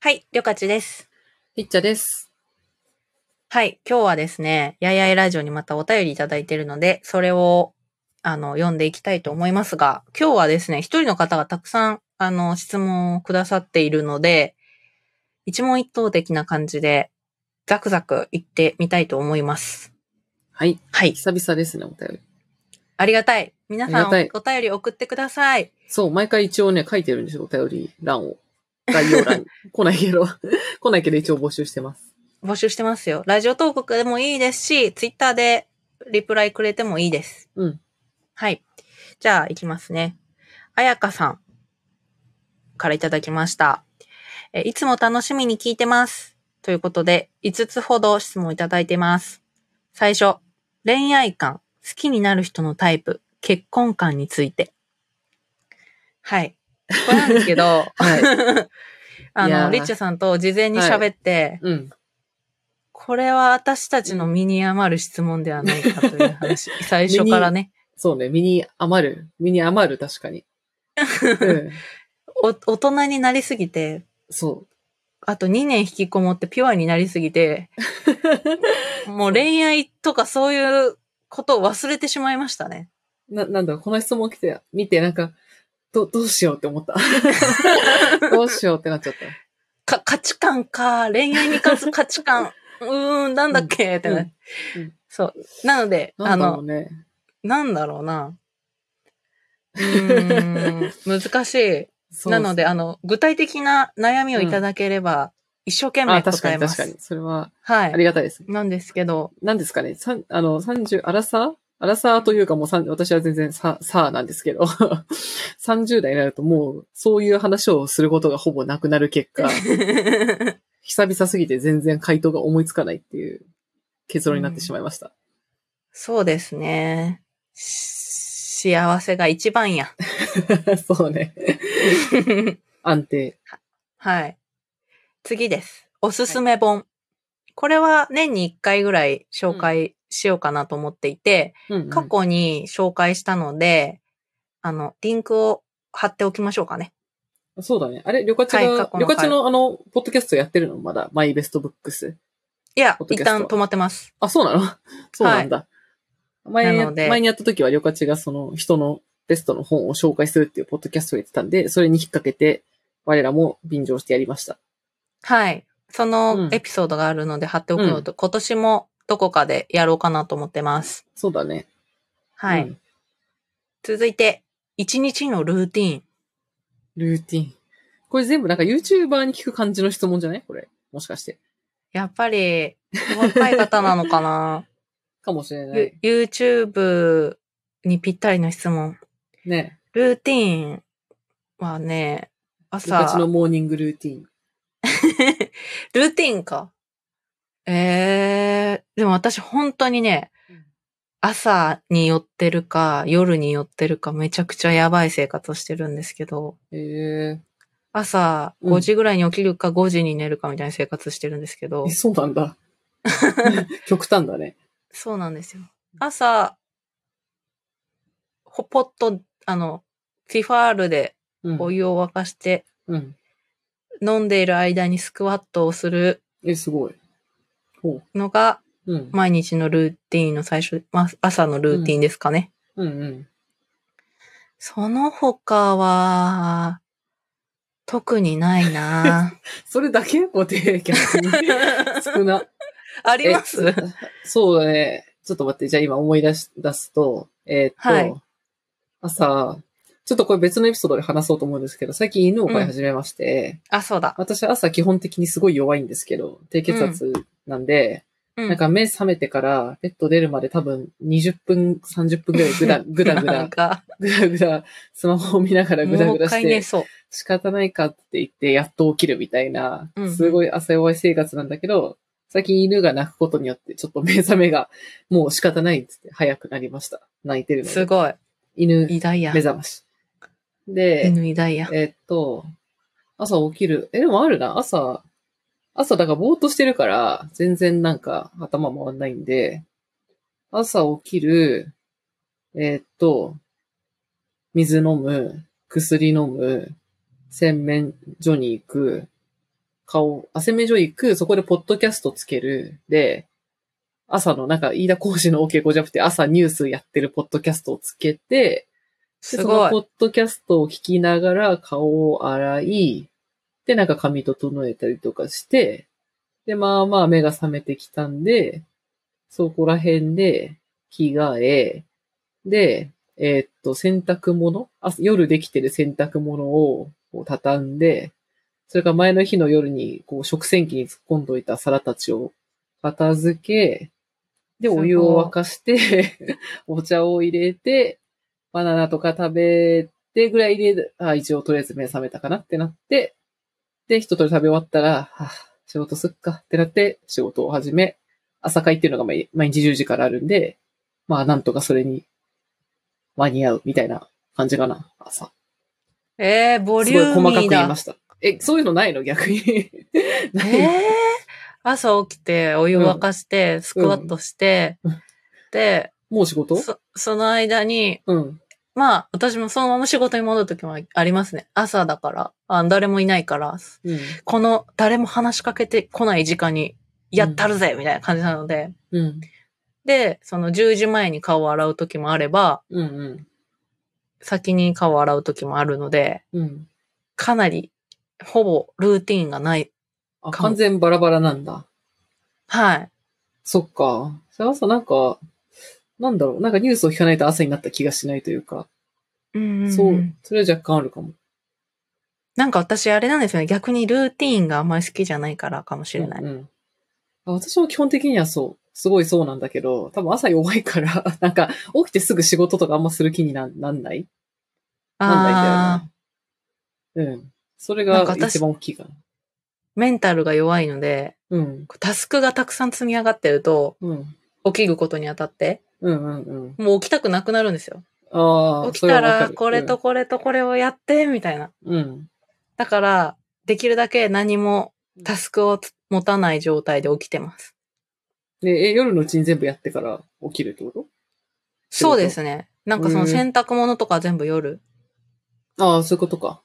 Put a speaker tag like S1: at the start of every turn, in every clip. S1: はい、りょかちです。
S2: いっちゃです。
S1: はい、今日はですね、やいやいラジオにまたお便りいただいているので、それを、あの、読んでいきたいと思いますが、今日はですね、一人の方がたくさん、あの、質問をくださっているので、一問一答的な感じで、ザクザクいってみたいと思います。
S2: はい。
S1: はい、
S2: 久々ですね、お便り。
S1: ありがたい。皆さん、お
S2: あり
S1: お便り送ってください。
S2: そう、毎回一応ね、書いてるんですよ、お便り欄を。概 要欄に。来ないけど、来ないけど一応募集してます。
S1: 募集してますよ。ラジオ投稿でもいいですし、ツイッターでリプライくれてもいいです。
S2: うん。
S1: はい。じゃあ、いきますね。あやかさんからいただきました。え、いつも楽しみに聞いてます。ということで、5つほど質問いただいてます。最初、恋愛観、好きになる人のタイプ、結婚観について。はい。これなんですけど、
S2: はい。
S1: あ
S2: いやー
S1: の、リッチャさんと事前に喋って、
S2: うん。
S1: これは私たちの身に余る質問ではないかという 話。最初からね。
S2: そうね、身に余る。身に余る、確 かに。うん、
S1: お大人になりすぎて、
S2: そ
S1: あと2年引きこもってピュアになりすぎ て、
S2: う。
S1: もう恋愛とかそういうことを忘れてしまいましたね。
S2: な、なんだろう、この質問来て、見て、なんか、ど、どうしようって 思った。どうしようってなっちゃった。
S1: か、価値観か、恋愛に関 する価値観、うーん、なんだっけってね、
S2: うんうん
S1: そう。なので、
S2: な
S1: あ
S2: んだろう
S1: の、
S2: ね。
S1: なんだろうな。うーん、難しい。
S2: そう
S1: なので、、あの、具体的な悩みをいただければ、一生懸命
S2: あ、確
S1: 答
S2: か
S1: え
S2: に
S1: ま
S2: 確
S1: す。
S2: かに。それは、
S1: は
S2: あり
S1: い。
S2: がたいです。
S1: なんですけど、
S2: なんですかね、さん、あの、30、アラサーアラサーというかもうさん私は全然さ、さあなんですけど、30代になるともう、そういう話をすることがほぼなくなる結 果、久々すぎて全然回答が思いつかないっていう結論になってしまいました。
S1: そうですね。し幸せが一番 や。
S2: そうね。安定。
S1: はい。次です。おすすめ本。これは年に1回ぐらい紹介しようかなと思っていて、
S2: うんうん
S1: 過去に紹介したので、あの、リンクを貼っておきましょうかね。
S2: そうだね。あれ、旅客
S1: はい過
S2: が
S1: 去、の
S2: 旅客のあの、ポッドキャストやってるのまだ、マイベストブックス。
S1: いや
S2: ポッ、ド
S1: 一
S2: キャスト
S1: 旦止まってます。
S2: あ、そうなの そうなんだ。前
S1: な
S2: や
S1: ので
S2: 前にやった時は、旅客がその人のベストの本を紹介するっていうポッドキャストをやってたんで、それに引っ掛けて、我らも便乗してやりました。
S1: はい。その
S2: うん
S1: エピソードがあるので貼っておくのと、今年もどこかでやろうかなと思ってます。
S2: そうだね。
S1: はい。
S2: うん
S1: 続いて、一日のルーティーン。
S2: ルーティン。これ全部なんか YouTuber に聞く感じの質問じゃないこれ。もしかして。
S1: やっぱり、お若い方なのか な、
S2: かもしれない
S1: ゆ。?YouTube にぴったりの質問。
S2: ね。
S1: ルーティーンはね、
S2: 旅客
S1: 朝、
S2: のモーニングルーティン。
S1: ルーティーンか。えー、でも私本当にね
S2: うん、
S1: 朝に寄ってるか、夜に寄ってるか、めちゃくちゃやばい生活をしてるんですけど、
S2: へ
S1: 朝
S2: うん
S1: 5時ぐらいに起きるか、5時に寝るかみたいな生活してるんですけど
S2: え。え、、そうなんだ。 極端だね。
S1: そうなんですよ。朝、ほぽっと、あの、ティファールで
S2: うん。
S1: お湯を沸かして、
S2: うん。
S1: 飲んでいる間にスクワットをする
S2: え、すごい。ほ
S1: のが、
S2: う。うん。
S1: 毎日のルーティーンの最初、まあ、朝のルーティーンですかね。
S2: うんうん。
S1: その他は、特にない な
S2: それだけ固定客に。 少な。
S1: あります
S2: えそうだね。ちょっと待って、じゃあ今思い出し、出すと、えーっと、
S1: はい
S2: 朝、ちょっとこれ別のエピソードで話そうと思うんですけど、最近犬を飼い始めまして、
S1: あ、そうだ。
S2: 私朝基本的にすごい弱いんですけど、低血圧なんで、
S1: うん
S2: なんか目覚めてからベッド出るまで多分20分、30分ぐらいぐだ、ぐだぐ
S1: な
S2: だ
S1: ん、か、
S2: ぐだぐだ、スマホを見ながらぐだ
S1: もう
S2: ぐだ
S1: 一
S2: し
S1: 回
S2: て
S1: 寝、そう。
S2: 仕方ないかって言って、やっと起きるみたいな
S1: うん、
S2: すごい朝弱い生活なんだけど、最近犬が鳴くことによって、ちょっと目覚めが、もう仕方ないっつって、早くなりました。泣いてるの
S1: す
S2: で。
S1: ごい。
S2: 犬目
S1: 偉大や。
S2: 覚まし。で、
S1: 犬偉大や。
S2: えっと、朝起きる。え、でもあるな、朝、朝だからぼーっとしてるから、全然なんか頭回んないんで、朝起きる、えっと、水飲む、薬飲む、洗面所に行く、顔、汗目所行く、そこでポッドキャストつける、で、朝のなんか、飯田講師の OK ごじゃなくて、朝ニュースやってるポッドキャストをつけて、ですその
S1: ご
S2: ポ
S1: い。
S2: ッドキャストを聞きながら顔を洗い、で、なんか髪整えたりとかして、で、まあまあ目が覚めてきたんで、そこら辺で着替え、で、えーっと、洗濯物あ夜できてる洗濯物をこう畳んで、それから前の日の夜にこう食洗機に突っ込んどいた皿たちを片付け、で、
S1: すごい
S2: お湯を沸かして、 お茶を入れて、バナナとか食べてぐらいで、あ一応とりあえず目覚めたかなってなって、で、一通り食べ終わったら、はあ、仕事すっかってなって、仕事を始め、朝会っていうのが毎毎日10時からあるんで、まあなんとかそれに間に合うみたいな感じかな、朝。
S1: えー、ボ
S2: す
S1: リ
S2: ごい
S1: ュー
S2: 細
S1: ミ
S2: かく
S1: ー
S2: 言
S1: だ
S2: いま。した。え、そういうのないの逆に。 ない
S1: えー、朝起きて、お湯沸かして、スクワットして、
S2: うん
S1: で
S2: もう仕事
S1: そ、その間に、
S2: うん。
S1: まあ、私もそのまま仕事に戻るときもありますね。朝だから、あ誰もいないから、
S2: うん。
S1: この誰も話しかけてこない時間に、やったるぜみたいな感じなので、
S2: うん。
S1: で、その10時前に顔を洗うときもあれば、
S2: うん。うん
S1: 先に顔を洗うときもあるので、
S2: うん。
S1: かなり、ほぼルーティンがない。
S2: あ、
S1: かも
S2: 完全バラバラなんだ。
S1: はい。
S2: そっか。じゃあ朝なんか、なんだろう。なんかニュースを聞かないと朝になった気がしないというか。
S1: うん
S2: そう。それは若干あるかも。
S1: なんか私あれなんですよね。逆にルーティーンがあんまり好きじゃないからかもしれない。
S2: うんうんあ私も基本的にはそう。すごいそうなんだけど、多分朝弱いから、 なんか起きてすぐ仕事とかあんまする気になんなんないなんないんだよ
S1: ああ
S2: な。うん。それ
S1: なんか
S2: が
S1: 私
S2: 一番大きいかな。
S1: ー、メンタルが弱いので、
S2: うん。
S1: タスクがたくさん積み上がってると、
S2: うん。
S1: 起きることにあたって、
S2: うんうんうん。
S1: もう起きたくなくなるんですよ。
S2: ああ、
S1: 起き
S2: それ
S1: た、
S2: はわからる
S1: これと、これとこれをやって、みたいな。
S2: うん。うん。
S1: だから、できるだけ何もタスクをつ持たない状態で起きてます。
S2: でえ、夜のうちに全部やってから起きるってこと仕
S1: そ
S2: 事
S1: うですね。なんかその洗濯物とか全部夜。
S2: ああ、そういうことか。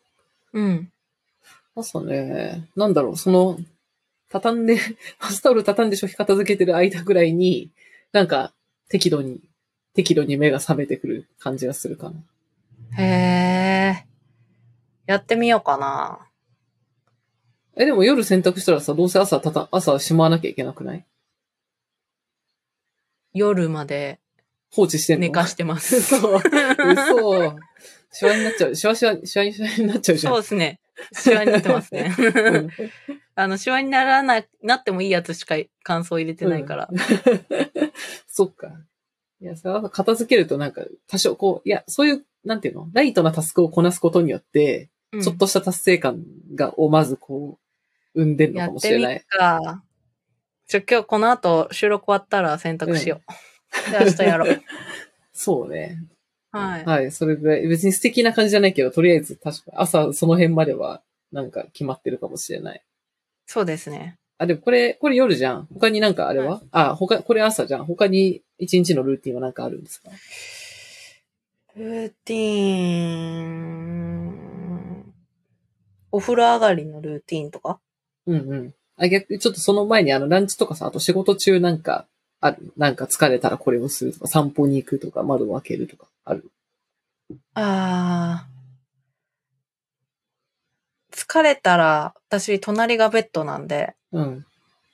S1: うん。
S2: 朝ね、なんだろう、その、畳んで、 バスタオル畳んで食器片付けてる間ぐらいに、なんか、適度に、適度に目が覚めてくる感じがするかな。
S1: へえ。やってみようかな。
S2: え、でも夜洗濯したらさ、どうせ朝たた、朝しまわなきゃいけなくない
S1: 夜まで
S2: 放置してんの
S1: 寝かしてます。
S2: 嘘。嘘。シワになっちゃう。シワシワ、シワにシワになっちゃうじゃ ん。
S1: そうですね。シワになってますね。
S2: うん
S1: あの、シワにならな、なってもいいやつしか感想入れてないから。
S2: そっか。いや、それは片付けるとなんか、多少こう、いや、そういう、なんていうのライトなタスクをこなすことによって、
S1: うん
S2: ちょっとした達成感が、をまずこう、生んでるの
S1: や
S2: かも
S1: っ
S2: してれ
S1: み
S2: な
S1: っ
S2: い。
S1: か。ちょ、今日この後収録終わったら洗濯しよう。で、明日やろ う。
S2: そうね。
S1: はい。
S2: はい、それぐらい。別に素敵な感じじゃないけど、とりあえず確か朝その辺までは、なんか決まってるかもしれない。
S1: そうですね。
S2: あ、でもこれ、これ夜じゃん。他になんかあれは、あ、他、これ朝じゃん。他に一日のルーティンはなんかあるんですか
S1: ルーティーン。お風呂上がりのルーティーンとか
S2: うんうん。あ、逆にちょっとその前にあのランチとかさ、あと仕事中なんか、ある。なんか疲れたらこれをするとか、散歩に行くとか、窓を開けるとか、ある。
S1: あー。疲れたら、私、隣がベッドなんで、
S2: うん。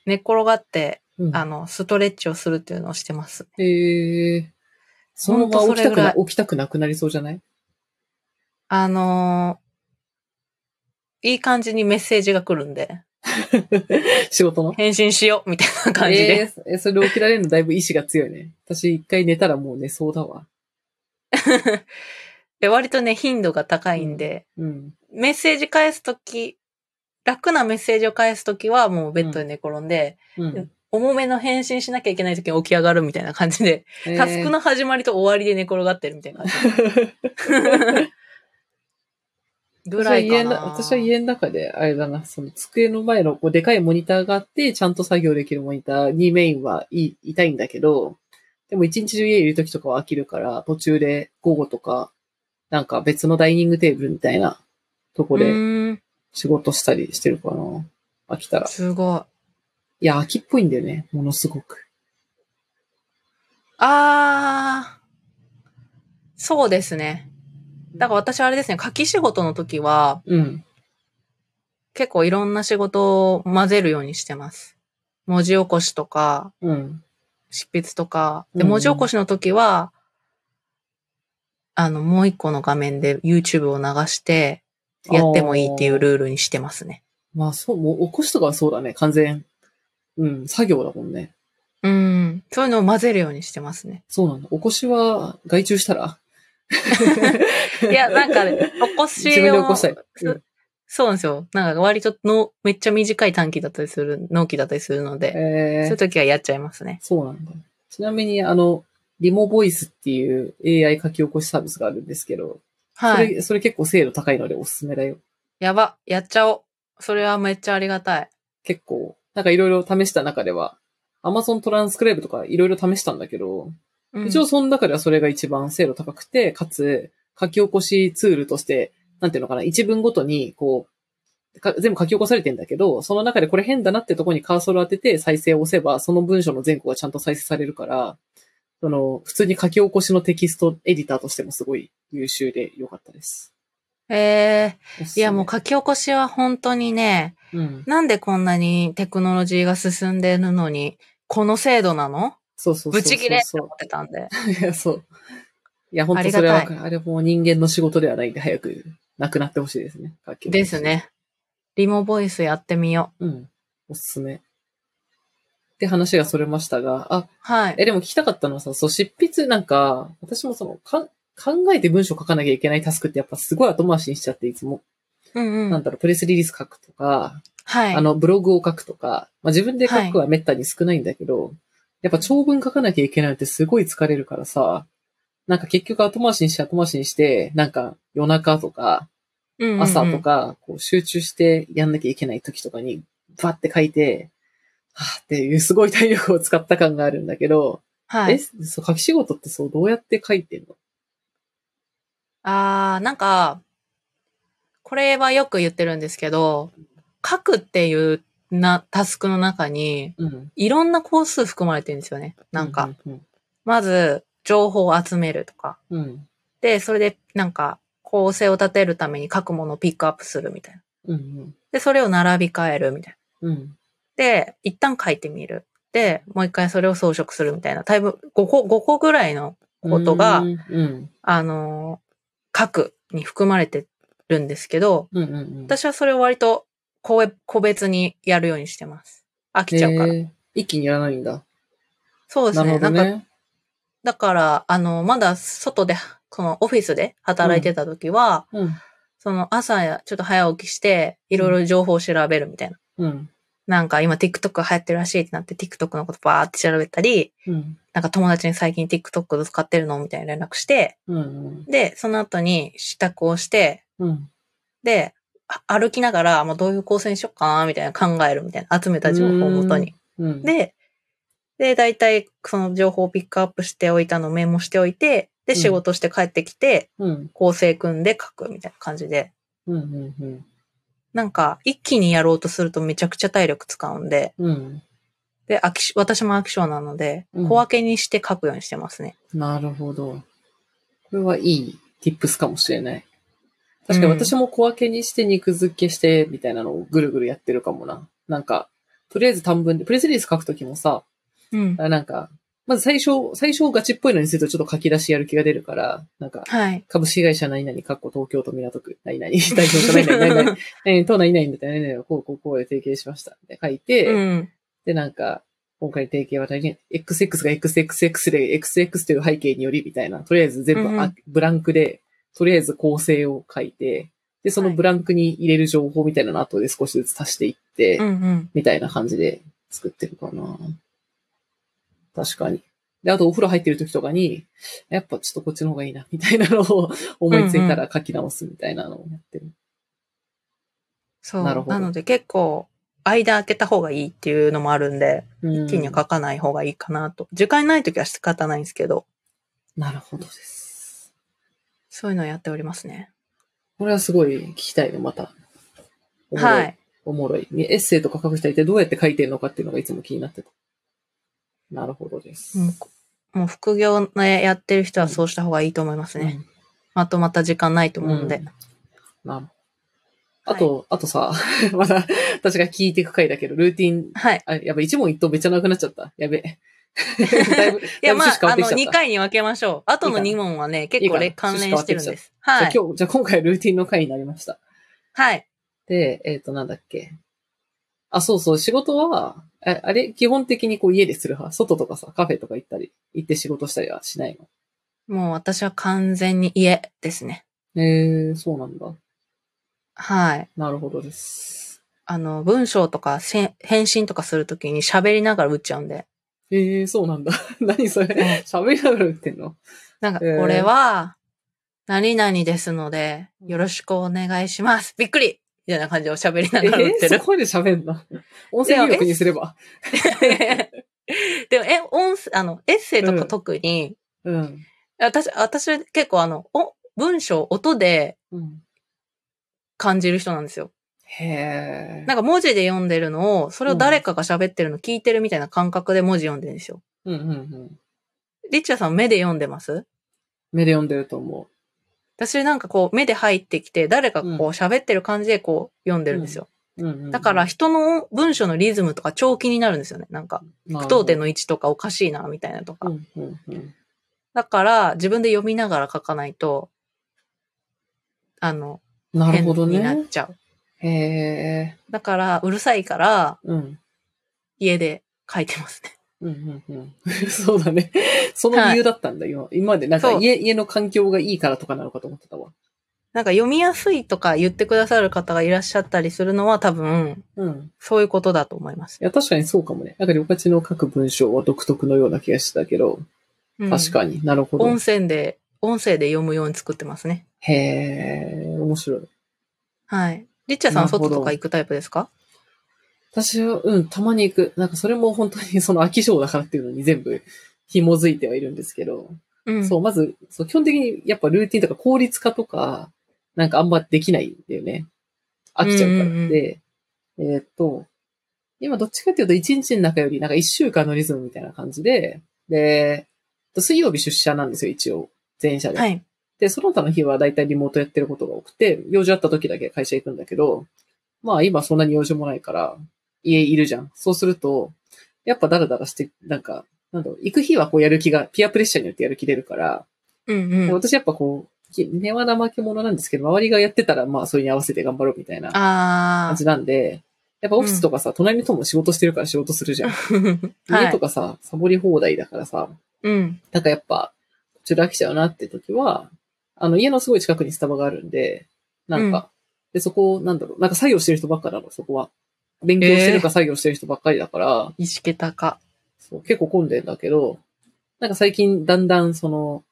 S1: 寝っ転がって、
S2: うん、
S1: あの、ストレッチをするっていうのをしてます。
S2: へえー。そのま
S1: ほんと
S2: ま起
S1: それ
S2: きた
S1: ぐ
S2: く
S1: ら
S2: な、
S1: い
S2: 起きたくなくなりそうじゃない
S1: あのーいい感じにメッセージが来るんで、
S2: 仕事の
S1: 返信しようみたいな感じで。
S2: えーえそれ で起きられるのだいぶ意志が強いね。私一回寝たらもう寝そうだわ。
S1: で割とね、頻度が高いんで、
S2: うん。
S1: メッセージ返すとき、楽なメッセージを返すときはもうベッドで寝転んで、
S2: うん。
S1: 重めの返信しなきゃいけないときに起き上がるみたいな感じで、
S2: えー
S1: タスクの始まりと終わりで寝転がってるみたいな感じ。 ぐらいかな。
S2: 私は家の中で、あれだな、その机の前のこうでかいモニターがあって、ちゃんと作業できるモニターにメインはい、いたいんだけど、でも一日中家いる時とかは飽きるから、途中で午後とか、なんか別のダイニングテーブルみたいなとこ
S1: う
S2: で
S1: ーん
S2: 仕事したりしてるかな。飽きたら。
S1: すごい。
S2: いや、秋っぽいんだよね。ものすごく。
S1: あー。そうですね。だから私はあれですね、書き仕事の時は、
S2: うん。
S1: 結構いろんな仕事を混ぜるようにしてます。文字起こしとか、
S2: うん。
S1: 執筆とか。で、
S2: うん
S1: 文字起こしの時は、あの、もう一個の画面で YouTube を流して、やってもいいっていう
S2: あー。
S1: ルールにしてますね。
S2: まあ、そう、もう、起こしとかはそうだね。完全。うん、作業だもんね。
S1: うん。そういうのを混ぜるようにしてますね。
S2: そうなんだ。起こしは、外注したら
S1: いや、なんか、 起こしを。
S2: 自分で起こしたい。
S1: そそうなんですよ。なんか割との、めっちゃ短い短期だったりする、納期だったりするので、そう
S2: え
S1: いう
S2: ー、
S1: 時はやっちゃいますね。
S2: そうなんだ。ちなみに、あの、リモボイスっていう AI 書き起こしサービスがあるんですけど、
S1: は
S2: そ
S1: い。
S2: れ、それ結構精度高いのでおすすめだよ。
S1: やば。やっちゃおう。それはめっちゃありがたい。
S2: 結構、なんかいろいろ試した中では、Amazon トランスクレーブとかいろいろ試したんだけど、
S1: うん
S2: 一応その中ではそれが一番精度高くて、かつ書き起こしツールとして、なんていうのかな、一文ごとにこう、か全部書き起こされてんだけど、その中でこれ変だなってとこにカーソル当てて再生を押せば、その文章の前後がちゃんと再生されるから、その、普通に書き起こしのテキストエディターとしてもすごい優秀で良かったです。
S1: え
S2: おすす
S1: ー、い
S2: め
S1: やもう、書き起こしは本当にね、
S2: うん。
S1: なんでこんなにテクノロジーが進んでるのに、この制度なの
S2: そうそうそうそうそ
S1: ブ
S2: う。
S1: チ切れって思ってたんで。
S2: いや、 そう。いや、本
S1: あ
S2: 当
S1: りが
S2: それ
S1: たい
S2: はわかる、あれもう人間の仕事ではないんで、早くなくなってほしいですね。楽器
S1: です。ね。リモボイスやってみよう。
S2: うん。おすすめ。って話がそれましたが、あ、
S1: はい。
S2: え、でも聞きたかったのはさ、そう、執筆なんか、私もその、かん考えて文章書かなきゃいけないタスクってやっぱすごい後回しにしちゃって、いつも。
S1: うんう
S2: なん
S1: ん。
S2: だろう、プレスリリース書くとか、
S1: はい。
S2: あの、ブログを書くとか、まあ、自分で書くはめったに少ないんだけど、やっぱ長文書かなきゃいけないのってすごい疲れるからさ、なんか結局後回しにして後回しにして、なんか夜中とか
S1: うんうんうん
S2: 朝と。か、こう集中してやんなきゃいけない時とかに、バって書いて、はぁっていうすごい体力を使った感があるんだけど、
S1: はい
S2: え、。そう書き仕事ってそうどうやって書いてんの
S1: あー、なんか、これはよく言ってるんですけど、書くっていうな、タスクの中に、
S2: うん。
S1: いろんな工数含まれてるんですよね。なんか、。
S2: うん。
S1: まず、情報を集めるとか。
S2: うん。
S1: で、それで、なんか、構成を立てるために書くものをピックアップするみたいな。
S2: うん。
S1: で、それを並び替えるみたいな。
S2: うん。
S1: で、一旦書いてみる。で、もう一回それを装飾するみたいな。だいぶ5個、5個ぐらいのことが、
S2: うん。うん。
S1: あのー、書くに含まれてるんですけど、
S2: うん。うん。
S1: 私はそれを割と個別個別にやるようにしてます。飽きちゃうから。
S2: えー一気にやらないんだ。
S1: そうです
S2: なる
S1: ね。な
S2: ほど
S1: んか、
S2: ね。
S1: だから、あの、まだ外で、このオフィスで働いてた時は、
S2: うん。
S1: その朝やちょっと早起きして、いろいろ情報を調べるみたいな。
S2: うん。
S1: なんか今 TikTok が流行ってるらしいってなって TikTok のことバーって調べたり、
S2: うん。
S1: なんか友達に最近 TikTok 使ってるのみたいな連絡して、
S2: うん。
S1: で、その後に支度をして、
S2: うん。
S1: で、あ歩きながら、まあ、どういう構成にしよっかな、みたいな考えるみたいな、集めた情報をもとに。
S2: うん。
S1: で、で、大体、その情報をピックアップしておいたのをメモしておいて、で、
S2: うん
S1: 仕事して帰ってきて、
S2: うん。
S1: 構成組んで書くみたいな感じで、
S2: うん。うん。うん。
S1: なんか、一気にやろうとするとめちゃくちゃ体力使うんで、
S2: うん。
S1: で、飽きし、私も飽き性なので、
S2: うん
S1: 小分けにして書くようにしてますね。
S2: なるほど。これはいい tips かもしれない。確かに私も小分けにして肉付けしてみたいなのをぐるぐるやってるかもな。なんか、とりあえず短文で、プレスリリース書くときもさ、
S1: うん。
S2: あなんか、まず最初、最初ガチっぽいのにするとちょっと書き出しやる気が出るから、なんか、
S1: はい。
S2: 株式会社何々、かっこ東京都港区、何々、代表者何々、何 々、何々、都何々だって何々をこうこうこうで提携しました。で書いて、
S1: うん。
S2: で、なんか、今回の提携は大変、XX が XXX で XX という背景によりみたいな、とりあえず全部、
S1: うんうん
S2: あブランクで、とりあえず構成を書いて、で、その
S1: はい
S2: ブランクに入れる情報みたいなのを後で少しずつ足していって、
S1: うんうん。
S2: みたいな感じで作ってるかな。確かに。で、あとお風呂入ってる時とかに、やっぱちょっとこっちの方がいいな、みたいなのを思いついたら書き直すみたいなのをやってる。
S1: そう。
S2: な
S1: な
S2: るほど
S1: ので結構、間開けた方がいいっていうのもあるんで、
S2: うん
S1: 一気には書かない方がいいかなと。時間ない時は仕方ないんですけど、
S2: なるほどです。
S1: そういうのをやっておりますね。
S2: これはすごい聞きたいの、また。
S1: はい。
S2: おもろい。ねエッセイとか書く人は一体どうやって書いてるのかっていうのがいつも気になってた。なるほどです。
S1: もう、もう副業ね、やってる人はそうした方がいいと思いますね。
S2: うん
S1: まとまった時間ないと思うんで。
S2: うんなるあと、あとさ、 まだ私が聞いていく回だけど、ルーティン、
S1: はい。
S2: あ、やばい、一問一答めっちゃなくなっちゃった。 やべえ。だいぶ、
S1: いや、ま
S2: だいぶ趣
S1: あ
S2: 旨、変わ
S1: あ
S2: ってき
S1: の、
S2: ちゃった
S1: 2回に分けましょう。後の
S2: いい
S1: 2
S2: か
S1: 問はね、結構
S2: いい
S1: ね
S2: かな
S1: 関連してるんです。は
S2: じゃあ
S1: い。
S2: 今日、じゃあ今回ルーティンの回になりました。
S1: はい。
S2: で、えっ、と、なんだっけ。あ、そうそう、仕事は、えあれ、基本的にこう家でする派外とかさ、カフェとか行ったり、行って仕事したりはしないの
S1: もう私は完全に家ですね。
S2: へえー、そうなんだ。
S1: はい。
S2: なるほどです。
S1: あの、文章とかせん返信とかするときに喋りながら打っちゃうんで。
S2: ええー、そうな んだ。何それ。喋りながら売ってんの
S1: なんか、こ
S2: へー
S1: れは、何々ですので、よろしくお願いします。びっくりみたいな感じを喋りな
S2: え
S1: がら打って
S2: ー、
S1: る
S2: そ。こまで喋んな。音声入力にすれば。
S1: でも、え、音声、あの、エッセイとか特に、
S2: うん。
S1: 私、私結構あの、お文章、音で
S2: うん、
S1: 感じる人なんですよ。
S2: へえ。
S1: なんか文字で読んでるのを、それを誰かが喋ってるの聞いてるみたいな感覚で文字読んでるんですよ。
S2: うんうんうん。
S1: リッチャーさん目で読んでます
S2: 目で読んでると思
S1: 私なんかこう目で入ってきて、誰かこう
S2: うん
S1: 喋ってる感じでこう読んでるんですよ。
S2: う。うんうんうん
S1: だから、人の文章のリズムとか長期になるんですよね。なんか、
S2: 不
S1: 不当点の位置とかおかしいな、みたいなとか
S2: う。んうんうん。
S1: だから、自分で読みながら書かないと、あの、
S2: なる
S1: 変
S2: ほど
S1: にな
S2: ね
S1: っ。ちゃう。
S2: へえ。
S1: だから、うるさいから、
S2: うん。
S1: 家で書いてますね。
S2: うんうんうん、 そうだね。その理由だったんだ、今。今までなんか
S1: そう
S2: 家、家の環境がいいからとかなのかと思ってたわ。
S1: なんか読みやすいとか言ってくださる方がいらっしゃったりするのは多分、
S2: うん。
S1: そういうことだと思います。
S2: いや、確かにそうかもね。なんか、旅ちの書く文章は独特のような気がしてたけど、
S1: うん
S2: 確かになるほど。
S1: 音声で、音声で読むように作ってますね。
S2: へえ、面白い。
S1: はい。リッチャーさんは
S2: なるほ
S1: 外
S2: ど
S1: とか行くタイプですか
S2: 私は、うん、たまに行く。なんか、それも本当にそ の飽き性だからっていうのに全部紐づいてはいるんですけど、
S1: うん。
S2: そう、まず、そう基本的にやっぱルーティンとか効率化とか、なんかあんまできないんだよね。飽きちゃうから。
S1: うんうんうん
S2: で、えーっと、今どっちかっていうと1日の中よりなんか1週間のリズムみたいな感じで、で、水曜日出社なんですよ、一応。全社で。
S1: はい。
S2: で、その他の日はだいたいリモートやってることが多くて、用事あった時だけ会社行くんだけど、まあ今そんなに用事もないから、家いるじゃん。そうすると、やっぱダラダラして、なんか、なんだろう、行く日はこうやる気が、ピアプレッシャーによってやる気出るから、
S1: うん
S2: で
S1: うん。
S2: 私やっぱこう、き根は怠け者なんですけど、周りがやってたら、まあそれに合わせて頑張ろうみたいな
S1: あ
S2: 感じなんで、やっぱオフィスとかさ、隣の人も仕事してるから仕事するじゃん。
S1: あ。
S2: 家とかさ、サボり放題だからさ、
S1: うん。
S2: なんかやっぱ、こちら飽きちゃうなって時は、あの、家のすごい近くにスタバがあるんで、なんか、で、そこ、なんだろう、なんか作業してる人ばっかなの、そこは。勉強してるか作業してる人ばっかりだから、
S1: 意識高。
S2: そう結構混んでんだけど、なんか最近だんだんその、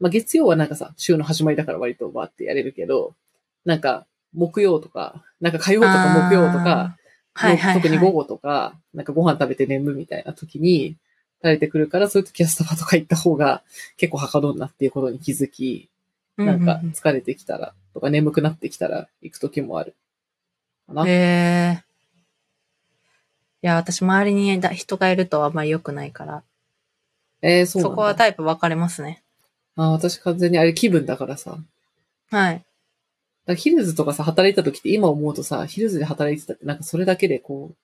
S2: まあ、月曜はなんかさ、週の始まりだから割とバーってやれるけど、なんか、木曜とか、なんか火曜とか木曜とか、
S1: あー。はいはい、はい。
S2: 特に午後とか、なんかご飯食べて眠るみたいな時に、垂れてくるから、そういう時はスタバとか行った方が結構はかどんなっていうことに気づき、なんか
S1: うう
S2: 疲れてきたら、とか眠くなってきたら行く時もある。かな。
S1: うんへえ。いや、私、周りにだ人がいるとあんまり良くないから、
S2: えー、そ
S1: そう
S2: なんだ。
S1: こはタイプ分かれますね。
S2: あー私完全にあれ気分だからさ。だか
S1: はい。
S2: らヒルズとかさ、働いた時って今思うとさ、ヒルズで働いてたってなんかそれだけでこう、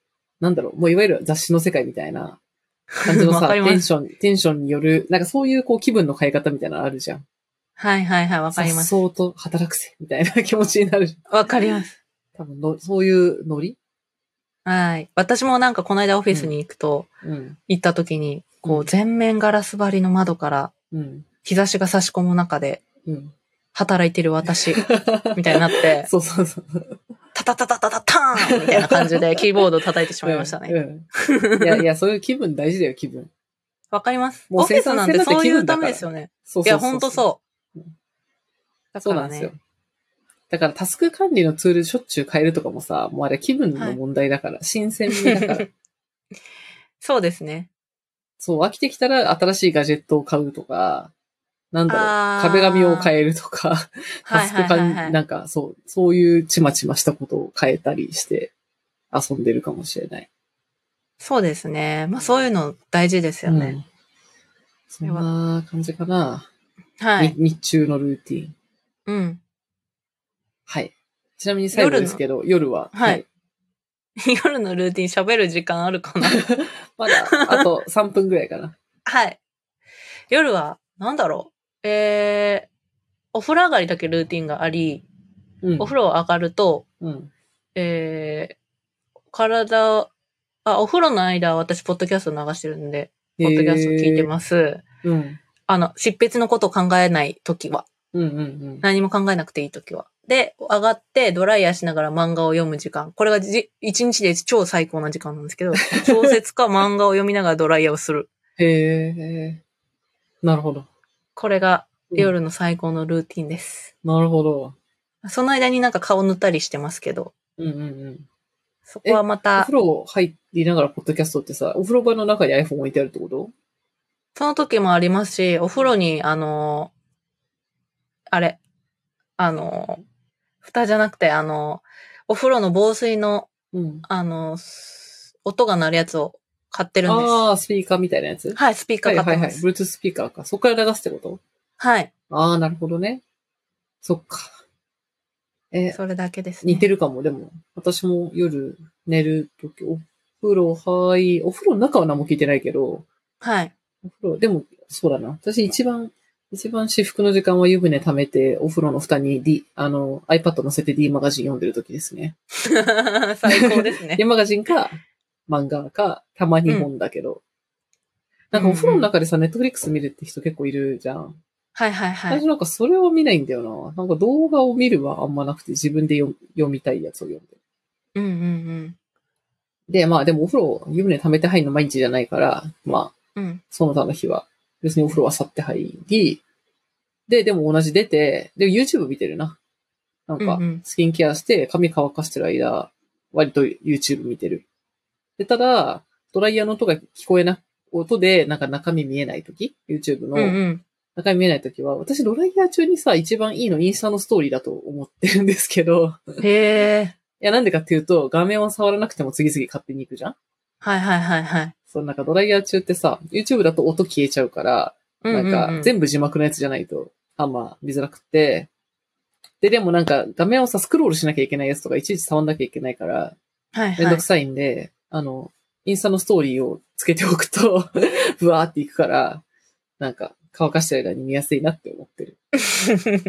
S2: なんだろう、もういわゆる雑誌の世界みたいな感じ の
S1: わ
S2: さ、
S1: かり
S2: テ
S1: ます
S2: ンション、テンションによる、なんかそういうこう気分の変え方みたいなのあるじゃん。
S1: はいはいはい、分かります。
S2: 相当と働くぜ、みたいな気持ちになる。
S1: 分かります。
S2: 多分 の、そういうノリ
S1: はい。私もなんか、この間オフィスに行くと、
S2: うん。
S1: 行った時に、こ
S2: う
S1: う、
S2: ん
S1: 全面ガラス張りの窓から、
S2: うん。
S1: 日差しが差し込む中で、
S2: うん。
S1: 働いてる 私、みたいになって、
S2: そうそうそう。
S1: タタタタタタターンみたいな感じ でキーボードを叩いてしまいましたね。
S2: うん。うんいやいや、そういう気分大事だよ、気分。
S1: わかります。
S2: もう
S1: オフィスなんて
S2: 生産性なん
S1: そう
S2: て
S1: い
S2: 気
S1: う
S2: 分
S1: た
S2: だから
S1: めですよね。
S2: そうそうそう
S1: いや、ほんと
S2: う。
S1: そう
S2: う。
S1: だ
S2: そ
S1: か
S2: うな
S1: ら
S2: んですよ
S1: ね。。
S2: だからタスク管理のツールしょっちゅう変えるとかもさ、もうあれ気分の問題だから、新鮮味 だから。
S1: そうですね。
S2: そう、飽きてきたら新しいガジェットを買うとか、なんだろう
S1: あ、ー
S2: 壁紙を変えるとか、
S1: は
S2: タ
S1: い
S2: ス
S1: は
S2: ク
S1: いはい
S2: 管
S1: はい。
S2: なんかそう、そういうちまちましたことを変えたりして、遊んでるかもしれない。
S1: そうですね。まあそういうの大事ですよ
S2: う
S1: ね。
S2: んそんな感じかな、
S1: はい。
S2: に日中のルーティン。
S1: うん。
S2: はい。ちなみに最後
S1: 夜の
S2: ですけど、夜は、
S1: はい 夜のルーティン喋る時間あるかな
S2: まだ、あと3分ぐらいかな。
S1: はい。夜は、なんだろう。えー、お風呂上がりだけルーティンがあり、
S2: うん
S1: お風呂上がると、
S2: うん。
S1: えー、体、あ、お風呂の間、私、ポッドキャスト流してるんで、ポッドキャスト聞いてます。
S2: す。うん。
S1: あの、執筆のことを考えないときは、
S2: うんうんうん。
S1: 何も考えなくていいときは。で、上がってドライヤーしながら漫画を読む時間。これがじ一日で超最高な時間なんですけど、小説か漫画を読みながらドライヤーをする。
S2: へえ。なるほど。
S1: これが
S2: うん
S1: 夜の最高のルーティンです。
S2: なるほど。
S1: その間になんか顔塗ったりしてますけど、
S2: うんうんうん。
S1: そこはま
S2: お
S1: た
S2: 風、呂入りながらポッドキャストってさ、お風呂場の中に iPhone 置いてあるってこと
S1: その時もありますし、お風呂に、あのーあれ、あのー蓋じゃなくて、あのーお風呂の防水の、
S2: うん。
S1: あのーす音が鳴るやつを買ってるんです。
S2: ああ、スピーカーみたいなやつ
S1: はい、スピーカ
S2: は
S1: ー
S2: い
S1: 買っ
S2: は
S1: て
S2: いは
S1: ま
S2: い。
S1: す。
S2: Bluetooth スピーカーか。そこから流すってこと
S1: はい、
S2: ああ、なるほどね。そっか。え、
S1: それだけです、ね。
S2: 似てるかも、でも。私も夜寝るとき、お風呂入り、お風呂の中は何も聞いてないけど、
S1: はい。
S2: お風呂、でも、そうだな。私一番、一番私服の時間は湯船溜めて、お風呂の蓋に D、あの、iPad 乗せて D マガジン読んでる時ですね。
S1: 最高ですね
S2: D。マガジンか、漫画か、たまに本だけど。なんかお風呂の中でさ、ネットフリックス見るって人結構いるじゃん。
S1: はいはいは
S2: 最
S1: い。
S2: 初なんかそれは見ないんだよな。なんか動画を見るはあんまなくて、自分で読読みたいやつを読んでる。
S1: うんうん
S2: で、まあでもお風呂、湯船溜めて入るの毎日じゃないから、ま
S1: う
S2: あ、
S1: ん。うん。
S2: その他の日は、別にお風呂は去って入り、で、でも同じ出て、で、YouTube 見てるな。なんか
S1: うんうん、
S2: スキンケアして髪乾かしてる間、割と YouTube 見てる。で、ただ、ドライヤーの音が聞こえな、音で、なんか中身見えない時 ?YouTube の、
S1: うんうん。
S2: 中身見えないときは、私ドライヤー中にさ、一番いいのインスタのストーリーだと思ってるんですけど、
S1: へえ。
S2: いや、なんでかっていうと、画面を触らなくても次々勝手に行くじゃん
S1: はいはいはいはい。
S2: そう、なんかドライヤー中ってさ、YouTube だと音消えちゃうから、
S1: ううう
S2: なんか全部字幕のやつじゃないと、あんま見づらくて、で、でもなんか画面をさ、スクロールしなきゃいけないやつとか、いちいち触んなきゃいけないから、
S1: はい
S2: めん
S1: は
S2: ど
S1: い
S2: く。さいんで、あの、インスタのストーリーをつけておくと、 ぶわーっていくから、なんか乾かしてる間に見やすいなって思ってる。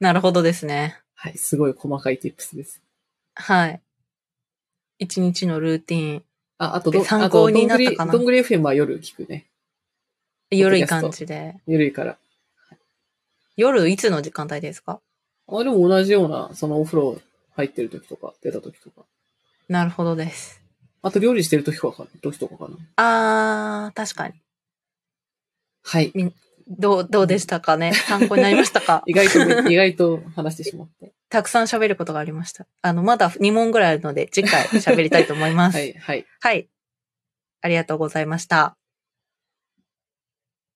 S1: なるほどですね。
S2: はい、すごい細かい tips です。
S1: はい。一日のルーティン。
S2: あ、あとど、
S1: 参考になったか
S2: あ
S1: な
S2: とどんぐり、どんぐり FM は夜聞くね。
S1: 夜い感じで。
S2: 夜いから。
S1: 夜いつの時間帯ですか
S2: あ、でも同じような、そのお風呂入ってる時とか、出た時とか。
S1: なるほどです。
S2: あと料理してる時とかか、時とかかな。
S1: あー、確かに。
S2: はい。
S1: どう、どうでしたか ね参考になりましたか
S2: 意外と、意外と話してしまって。
S1: たくさん喋ることがありました。あの、まだ2問 ぐらいあるので、次回喋りたいと思います。
S2: はい、はい。
S1: はい。ありがとうございました。